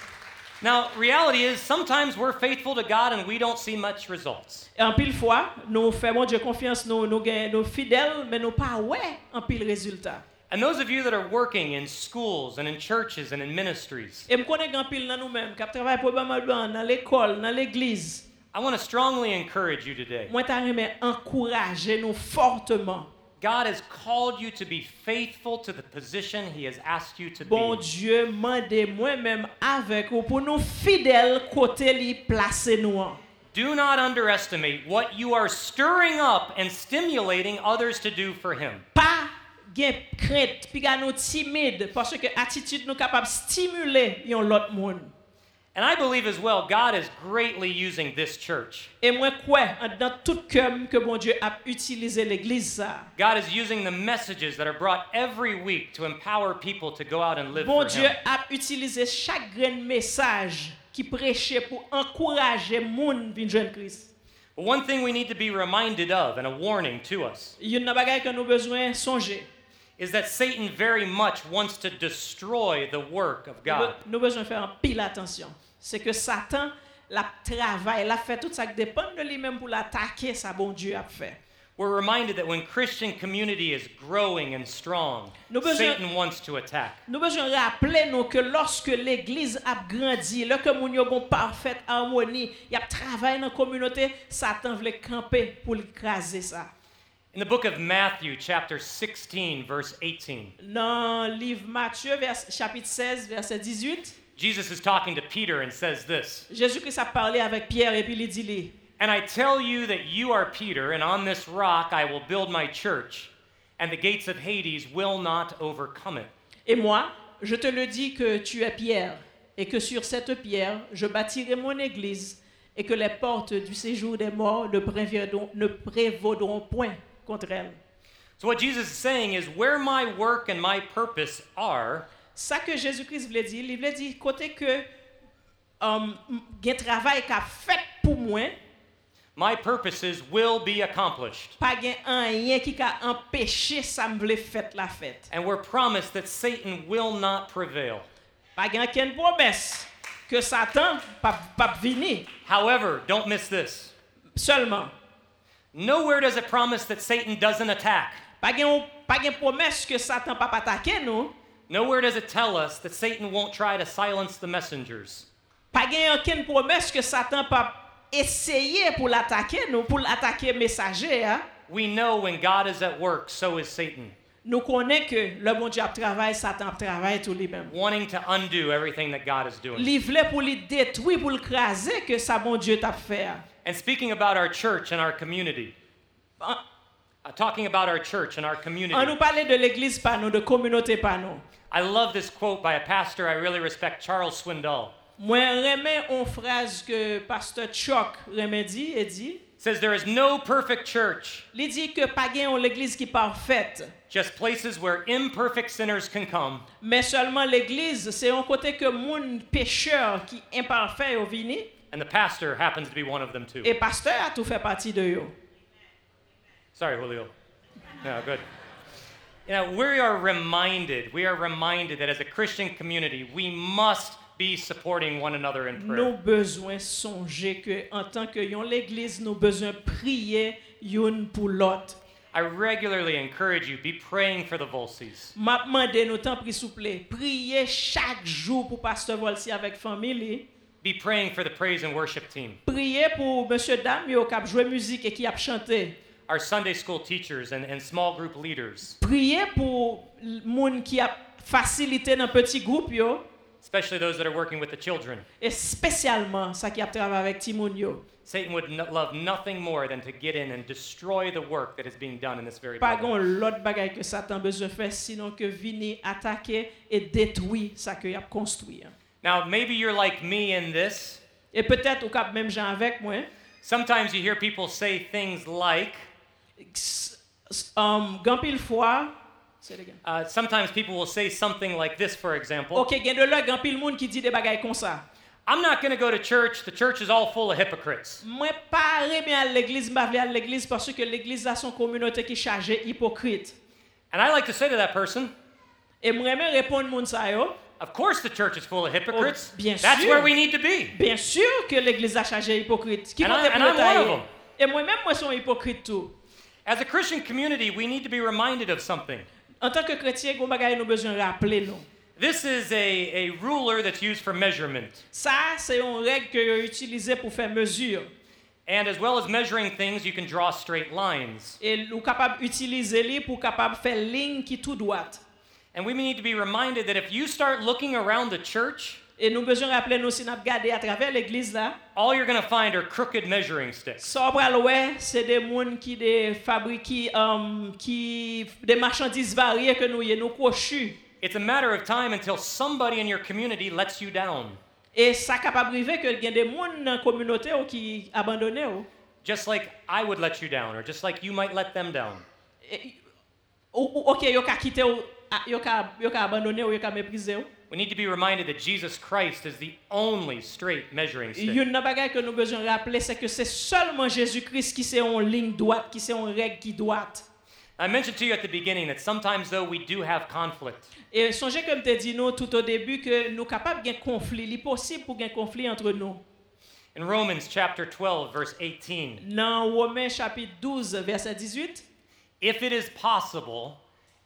S2: Now, reality is sometimes we're faithful to God and we don't see much results.
S3: An pil fwa, nou fè bon Dje konfians, nou, nou, gen, nou fidèl, men nou pa wè an pil rezultat.
S2: And those of you that are working in schools and in churches and in ministries,
S3: E m konen gen pil nan nou menm, kap travay probableman nan l'ekol, nan l'egliz,
S2: I want to strongly encourage you today.
S3: Mwen ta reme ankouraje nou forteman.
S2: God has called you to be faithful to the position He has asked you to
S3: Bon
S2: be.
S3: Diyo mande mwen menm avek ou pou nou fidel kote li plase nou an.
S2: Do not underestimate what you are stirring up and stimulating others to do for Him.
S3: Pa gen kret, pi ga nou timide, parce ke atitude nou kapab stimule yon lot moun.
S2: And I believe as well, God is greatly using this church.
S3: E mwen kwe, an dan tout kem ke bon Diyo ap utilize l'eglize sa.
S2: God is using the messages that are brought every week to empower people to go out and live
S3: Bon
S2: for
S3: Diyo
S2: Him.
S3: ap utilize chak gren mesaj ki preche pou ankouraje moun vin jwen kris.
S2: But one thing we need to be reminded of and a warning to us
S3: Yon nan bagay ke nou bezwen sonje.
S2: is that Satan very much wants to destroy the work of
S3: Nous
S2: God.
S3: be- Nous besoin faire un pile attention. C'est que Satan la travaille, la fait tout ça qui dépend de lui-même pour l'attaquer, ça bon Dieu a fait.
S2: We're reminded that when Christian community is growing and strong,
S3: No, but-
S2: Satan wants to attack.
S3: Nous besoin rappeler nous que lorsque l'église a grandi, lorsque moun yo gon parfaite harmonie, y a travail dans la communauté, Satan voulait camper pour l'écraser ça.
S2: In the book of Matthew, chapter 16, verse 18,
S3: Dans le livre Matthieu vers- chapitre 16 verset 18,
S2: Jesus is talking to Peter and says this
S3: Jésus-Christ a parlé avec Pierre et puis il dit lui,
S2: And I tell you that you are Peter, and on this rock I will build my church, and the gates of Hades will not overcome it.
S3: Et moi, je te le dis que tu es pierre, et que sur cette pierre, je bâtirai mon église, et que les portes du séjour des morts ne prévaudront, ne prévaudront point contre elle.
S2: So, what Jesus is saying is where my work and my purpose are,
S3: Ça que Jésus-Christ voulait dire, il voulait dire côté que um, il y a un travail qu'a fait pour moi,
S2: my purposes will be accomplished.
S3: pas gain un rien qui a empêché ça me voulait fête la fête.
S2: And we're promised that Satan will not prevail.
S3: Pas gain aucune promesse que Satan pas pas venir
S2: However, don't miss this.
S3: seulement.
S2: Nowhere does it promise that Satan doesn't attack.
S3: Pas gain pas gain promesse que Satan pas attaquer nous.
S2: Nowhere does it tell us that Satan won't try to silence the messengers.
S3: Pa gen anken promes ke Satan pa eseye pou l'atake nou, pou l'atake mesaje, ya.
S2: We know when God is at work, so is Satan,
S3: nou konen ke le bon Dieu ap travay, Satan ap travay tout li mem.
S2: wanting to undo everything that God is doing.
S3: Li vle pou li detwi, pou l'kraze ke sa bon Dieu tap fè. ya.
S2: And speaking about our church and our community,
S3: An,
S2: uh, talking about our church and our
S3: an nou
S2: community,
S3: pale de l'eglise pa nou, de kominote pa nou.
S2: I love this quote by a pastor I really respect, Charles Swindoll.
S3: Mwen remè on fraz ke pasteur Chok remè di, e di,
S2: says there is no perfect church,
S3: li di ke pa gen yon l'eglise ki parfète,
S2: just places where imperfect sinners can come
S3: men seulement l'eglise, se yon kote ke moun pecheur ki imparfè yo vini,
S2: And the pastor happens to be one of them too.
S3: Et pasteur a tout fait partie de eux.
S2: Sorry, Julio. No, good. You know, we are reminded, we are reminded that as a Christian community, we must be supporting one another in
S3: Nous
S2: prayer.
S3: besoin songer que en tant que yon l'église, nous besoin prier yon pour l'autre.
S2: I regularly encourage you be praying for the Volsies.
S3: M'a demandé nous temps pris s'il vous plaît, prier chaque jour pour pasteur Volsi avec famille,
S2: Be praying for the praise and worship team,
S3: prier pour monsieur dame yo qui a joué musique e et qui a chanté,
S2: our Sunday school teachers and, and small group leaders,
S3: prier pour l- moun qui a facilité dans petit groupe yo
S2: especially those that are working with the children.
S3: et spécialement ça qui a travaillé avec Timoun yo.
S2: Satan would no- love nothing more than to get in and destroy the work that is being done in this very
S3: Pas
S2: body.
S3: gon l'autre bagaille que Satan besoin faire sinon que venir attaquer et détruire ça que y a construit. hein.
S2: Now, maybe you're like me in this.
S3: Et peut-être au cap même gens avec moi. hein.
S2: Sometimes you hear people say things like,
S3: S- s- Um, gampil fois, c'est les gars.
S2: uh, sometimes people will say something like this, for example
S3: OK, gen de là gampil moun qui dit des bagailles comme ça.
S2: I'm not going to go to church. The church is all full of hypocrites.
S3: Moi pas bien à l'église, m'pa vle à l'église parce que l'église a son communauté qui chargée hypocrite.
S2: And I like to say to that person,
S3: Et moi aimer répondre moun ça yo.
S2: Of course, the church is full of hypocrites.
S3: Oh, bien
S2: That's
S3: sûr.
S2: where we need to be.
S3: Bien sûr que l'église a chargé hypocrite. Qui
S2: And
S3: compte
S2: I-
S3: pour
S2: and
S3: le
S2: I'm
S3: tailler?
S2: one of them.
S3: Et moi-même, moi, son hypocrite tout.
S2: As a Christian community, we need to be reminded of something.
S3: En tant que chrétien, gon bagay nous besoin rappeler nous.
S2: This is a, a ruler that's used for measurement.
S3: Ça, c'est une règle que yo utilisé pour faire mesure.
S2: And as well as measuring things, you can draw straight lines.
S3: Et nous capable utiliser li pour capable faire ligne qui tout droite.
S2: And we need to be reminded that if you start looking around the church,
S3: Et nous besoin rappeler nous si nous regardons à travers l'église là,
S2: all you're going to find are crooked measuring sticks.
S3: sobre à l'ouest, c'est des gens qui des fabriqués, euh, qui des marchandises variées que nous y est, nous crochus.
S2: It's a matter of time until somebody in your community lets you down.
S3: Et ça capable arriver que il y a des gens dans la communauté ou qui abandonnés. ou.
S2: Just like I would let you down, or just like you might let them down.
S3: Et- ou- ou- OK, yo ka quitté ou ah, yo ka yo ka abandonné ou yo ka méprisé ou.
S2: We need to be reminded that Jesus Christ is the only straight measuring stick.
S3: Yon nan bagay que nous besoin rappeler c'est que c'est seulement Jésus-Christ qui c'est en ligne droite, qui c'est en règle qui droite.
S2: I mentioned to you at the beginning that sometimes, though, we do have conflict.
S3: Et songez comme te dit nous tout au début que nous capables d'un conflit, il est possible pour un conflit entre nous.
S2: In Romans chapter 12, verse 18,
S3: Dans Romains chapitre 12 verset 18,
S2: if it is possible,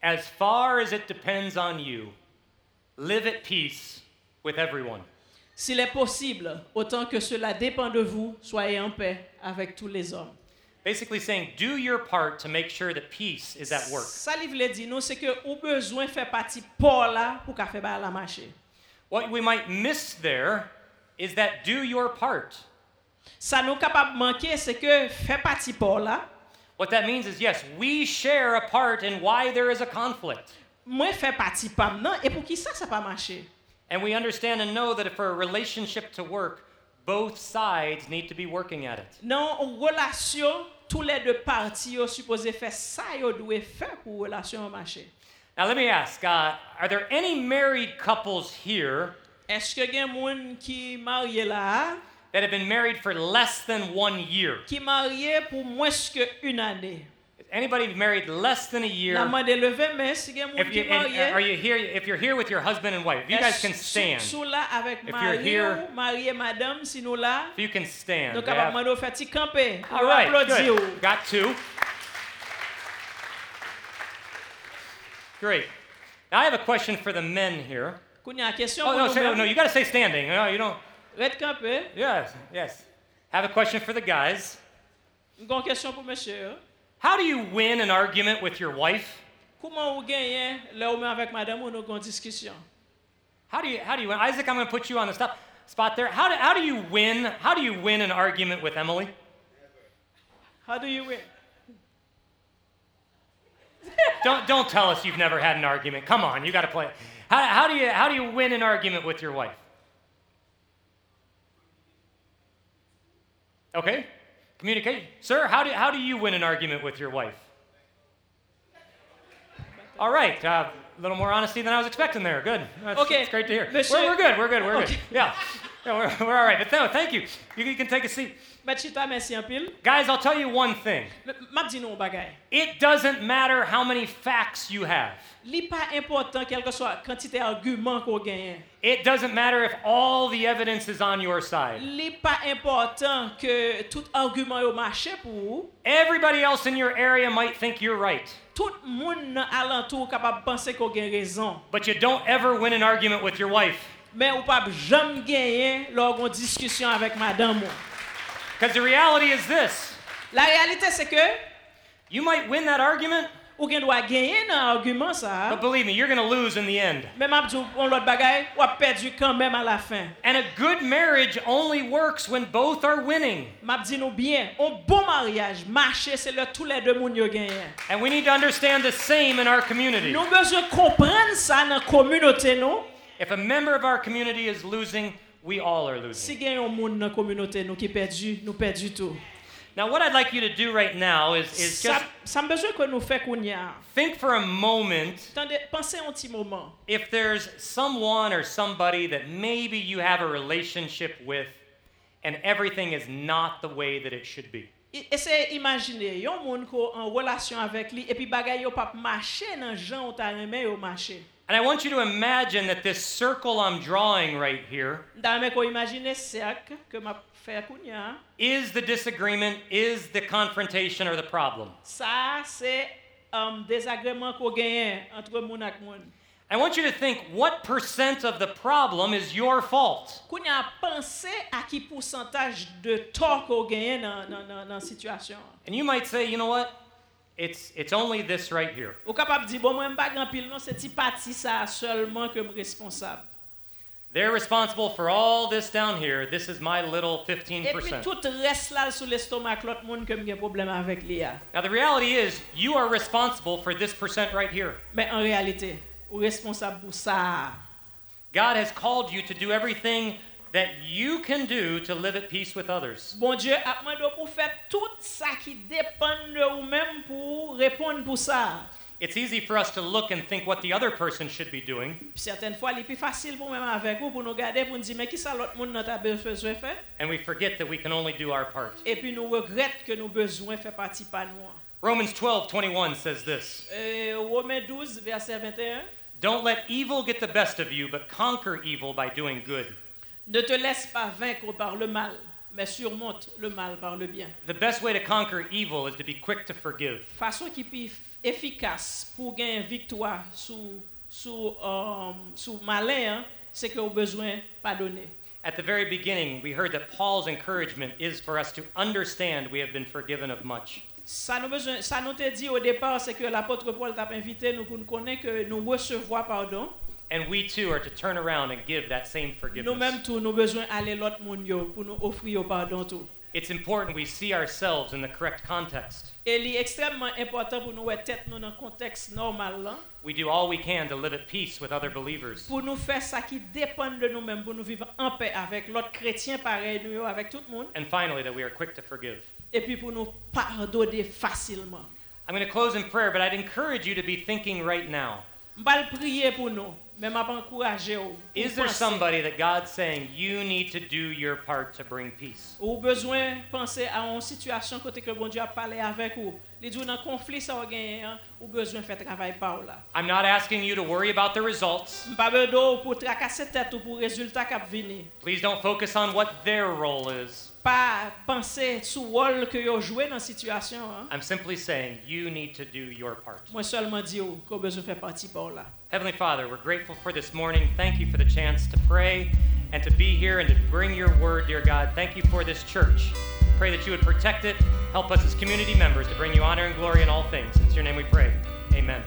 S2: as far as it depends on you, live at peace with everyone.
S3: s'il est possible, autant que cela dépend de vous, soyez en paix avec tous les hommes.
S2: Basically saying, do your part to make sure that peace is at work.
S3: Ça li vle di nou se ke ou bezwen fè pati por la pou ka fè ba la mache.
S2: What we might miss there is that do your part.
S3: Sa nou kapab manke se ke fè pati por la,
S2: What that means is, yes, we share a part in why there is a conflict.
S3: mwen fè pati pam nan, e pou ki sa sa pa mache.
S2: And we understand and know that for a relationship to work, both sides need to be working at it.
S3: Nan ou relasyon, tou le de parti yo suppose fè sa yo dwe fè pou relasyon mache.
S2: Now, let me ask uh, are there any married couples here
S3: Eske gen moun ki marye la,
S2: that have been married for less than one year?
S3: ki marye pou mwes ke un ane?
S2: Is anybody married less than a year?
S3: La man de leve men, si gen moun
S2: If you,
S3: ki
S2: and,
S3: marye,
S2: uh, are you here? If you're here with your husband and wife, if you guys can stand.
S3: Sou la avèk
S2: If you're
S3: marye
S2: here-
S3: ou marye madame, si nou la,
S2: If you can stand.
S3: nou
S2: yeah.
S3: kapap mando fè ti kampe.
S2: All
S3: nou
S2: right,
S3: aplodi
S2: good.
S3: ou.
S2: Got two. Great. Now I have a question for the men here.
S3: Kounya, kesyon
S2: Oh no,
S3: pou
S2: say,
S3: nou
S2: no,
S3: men.
S2: you got to say standing. No, you don't.
S3: Red kampe,
S2: Yes, yes. Have a question for the guys.
S3: mgon kesyon pou mèche hein. yo.
S2: How do you win an argument with your wife?
S3: Kouman ou genyen le ou men avèk madame ou nou gon diskisyon?
S2: How do you how do you win? Isaac, I'm going to put you on the stop, spot there. How do, how do you win? How do you win an argument with Emily?
S3: How do you win?
S2: Don't don't tell us you've never had an argument. Come on, you got to play. it. How, how do you how do you win an argument with your wife? Okay, communicate, sir. How do how do you win an argument with your wife? All right, uh, a little more honesty than I was expecting there. Good. That's,
S3: Okay,
S2: that's great to hear.
S3: monsieur-
S2: We're, we're good. We're good. We're
S3: Okay.
S2: good. Yeah. No, we're, we're all right. But no, thank you. you. You can take a seat.
S3: Bat chita, mersi anpil.
S2: Guys, I'll tell you one thing
S3: M- Map di nou bagay.
S2: it doesn't matter how many facts you have,
S3: Li pa important kelke swa kantite argument ko genyen.
S2: it doesn't matter if all the evidence is on your side.
S3: Li pa important ke tout argument yo mache pou ou.
S2: Everybody else in your area might think you're right,
S3: Tout moun nan alantou kapab panse ko gen rezon.
S2: but you don't ever win an argument with your wife
S3: Men ou pap jam genyen lor gon diskusyon avèk madame ou.
S2: because the reality is this
S3: La realite se ke,
S2: you might win that argument,
S3: ou gen dwa genyen nan argument sa,
S2: but believe me, you're going to lose in the end.
S3: men map di ou on lot bagay, ou ap perdu kan men a la fin.
S2: And a good marriage only works when both are winning.
S3: Map di nou bien, on bon mariage, mache se le tout le de moun yo genyen.
S2: And we need to understand the same in our community.
S3: Nou bezwen kompren sa nan kominote nou,
S2: If a member of our community is losing, we all are losing.
S3: si gen yon moun nan kominote nou ki perdu, nou perdu tout.
S2: Now, what I'd like you to do right now is, is
S3: sa,
S2: just
S3: sa mbezwen ke nou fe koun ya.
S2: think for a moment
S3: Tande, pense yon ti moman.
S2: if there's someone or somebody that maybe you have a relationship with and everything is not the way that it should be.
S3: I- Ese imagine, yon moun ko an relasyon avek li, epi bagay yo pap mache nan jan ou ta reme yo mache.
S2: And I want you to imagine that this circle I'm drawing right here
S3: Nda reme ko imagine sek ke map fe koun ya.
S2: is the disagreement, is the confrontation or the problem.
S3: Sa se um, desagreman ko genyen antre moun ak moun.
S2: I want you to think what percent of the problem is your fault?
S3: Koun ya pense a ki pousantaj de tor ko genyen nan, nan, nan, nan situasyon.
S2: And you might say, you know what? It's, it's only this right here.
S3: Ou kapap di, bon mwen mba gran pil non, se ti pati sa seulement ke m responsab.
S2: They're responsible for all this down here. This is my little
S3: Epi
S2: 15%.
S3: tout res la sou l'estomak lot moun ke m gen problem avek li ya.
S2: Now, the reality is, you are responsible for this percent right here.
S3: Men en realite, ou responsab pou sa.
S2: God has called you to do everything that you can do to live at peace with others.
S3: Bon Diyo ap mando pou fè tout sa ki depan de ou mèm pou repon pou sa.
S2: It's easy for us to look and think what the other person should be doing,
S3: Certaines fois, li pi fasil pou mèm avèk ou pou nou gade pou nou di, men ki sa lot moun nan ta bezwen fè?
S2: and we forget that we can only do our part.
S3: E pi nou regret ke nou bezwen fè pati pa nou. an.
S2: Romans 12 21 says this
S3: E, Rome 12, verset 21.
S2: Don't let evil get the best of you, but conquer evil by doing good.
S3: Ne te laisse pas vaincre par le mal, mais surmonte le mal par le bien.
S2: The best way to conquer evil is to be quick to forgive.
S3: Fason ki pi f- efikas pou gen victoire sou, sou, um, sou malin, an, se ke ou bezwen padone.
S2: At the very beginning, we heard that Paul's encouragement is for us to understand we have been forgiven of much.
S3: Sa nou, bezwen, sa nou te di au départ, se ke l'apôtre Paul tap invite nou pou nou konen ke nou recevwa pardon.
S2: And we too are to turn around and give that same
S3: Nou menm
S2: forgiveness.
S3: tou nou bezwen ale lot moun yo pou nou ofri yo pardon tou.
S2: It's important we see ourselves in the correct context.
S3: E li ekstremman important pou nou wè tèt nou nan konteks normal hein, lan,
S2: We do all we can to live at peace with other believers.
S3: pou nou fè sa ki depan de nou menm, pou nou vivan an pe avèk lot kretien parey nou yo avèk tout moun,
S2: And finally, that we are quick to forgive.
S3: e pi pou nou pardonne fasilman.
S2: I'm going to close in prayer, but I'd encourage you to be thinking right now
S3: M'bal prier pour nous, mais m'a pas encouragé ou.
S2: Is
S3: Ou
S2: there
S3: penser-
S2: somebody that God's saying you need to do your part to bring peace?
S3: Ou besoin penser à une situation côté que bon Dieu a parlé avec ou. Les dit dans conflit ça ou gagné, hein, ou besoin faire travail par là.
S2: I'm not asking you to worry about the results.
S3: M'pas besoin pour tracasser tête ou pour résultat qui venir.
S2: Please don't focus on what their role is.
S3: Pas penser sous rôle que yo joué dans situation hein.
S2: I'm simply saying you need to do your part.
S3: Moi seulement dit ou qu'on besoin faire partie par là.
S2: Heavenly Father, we're grateful for this morning. Thank you for the chance to pray and to be here and to bring your word, dear God. Thank you for this church. Pray that you would protect it. Help us as community members to bring you honor and glory in all things. In your name we pray. Amen.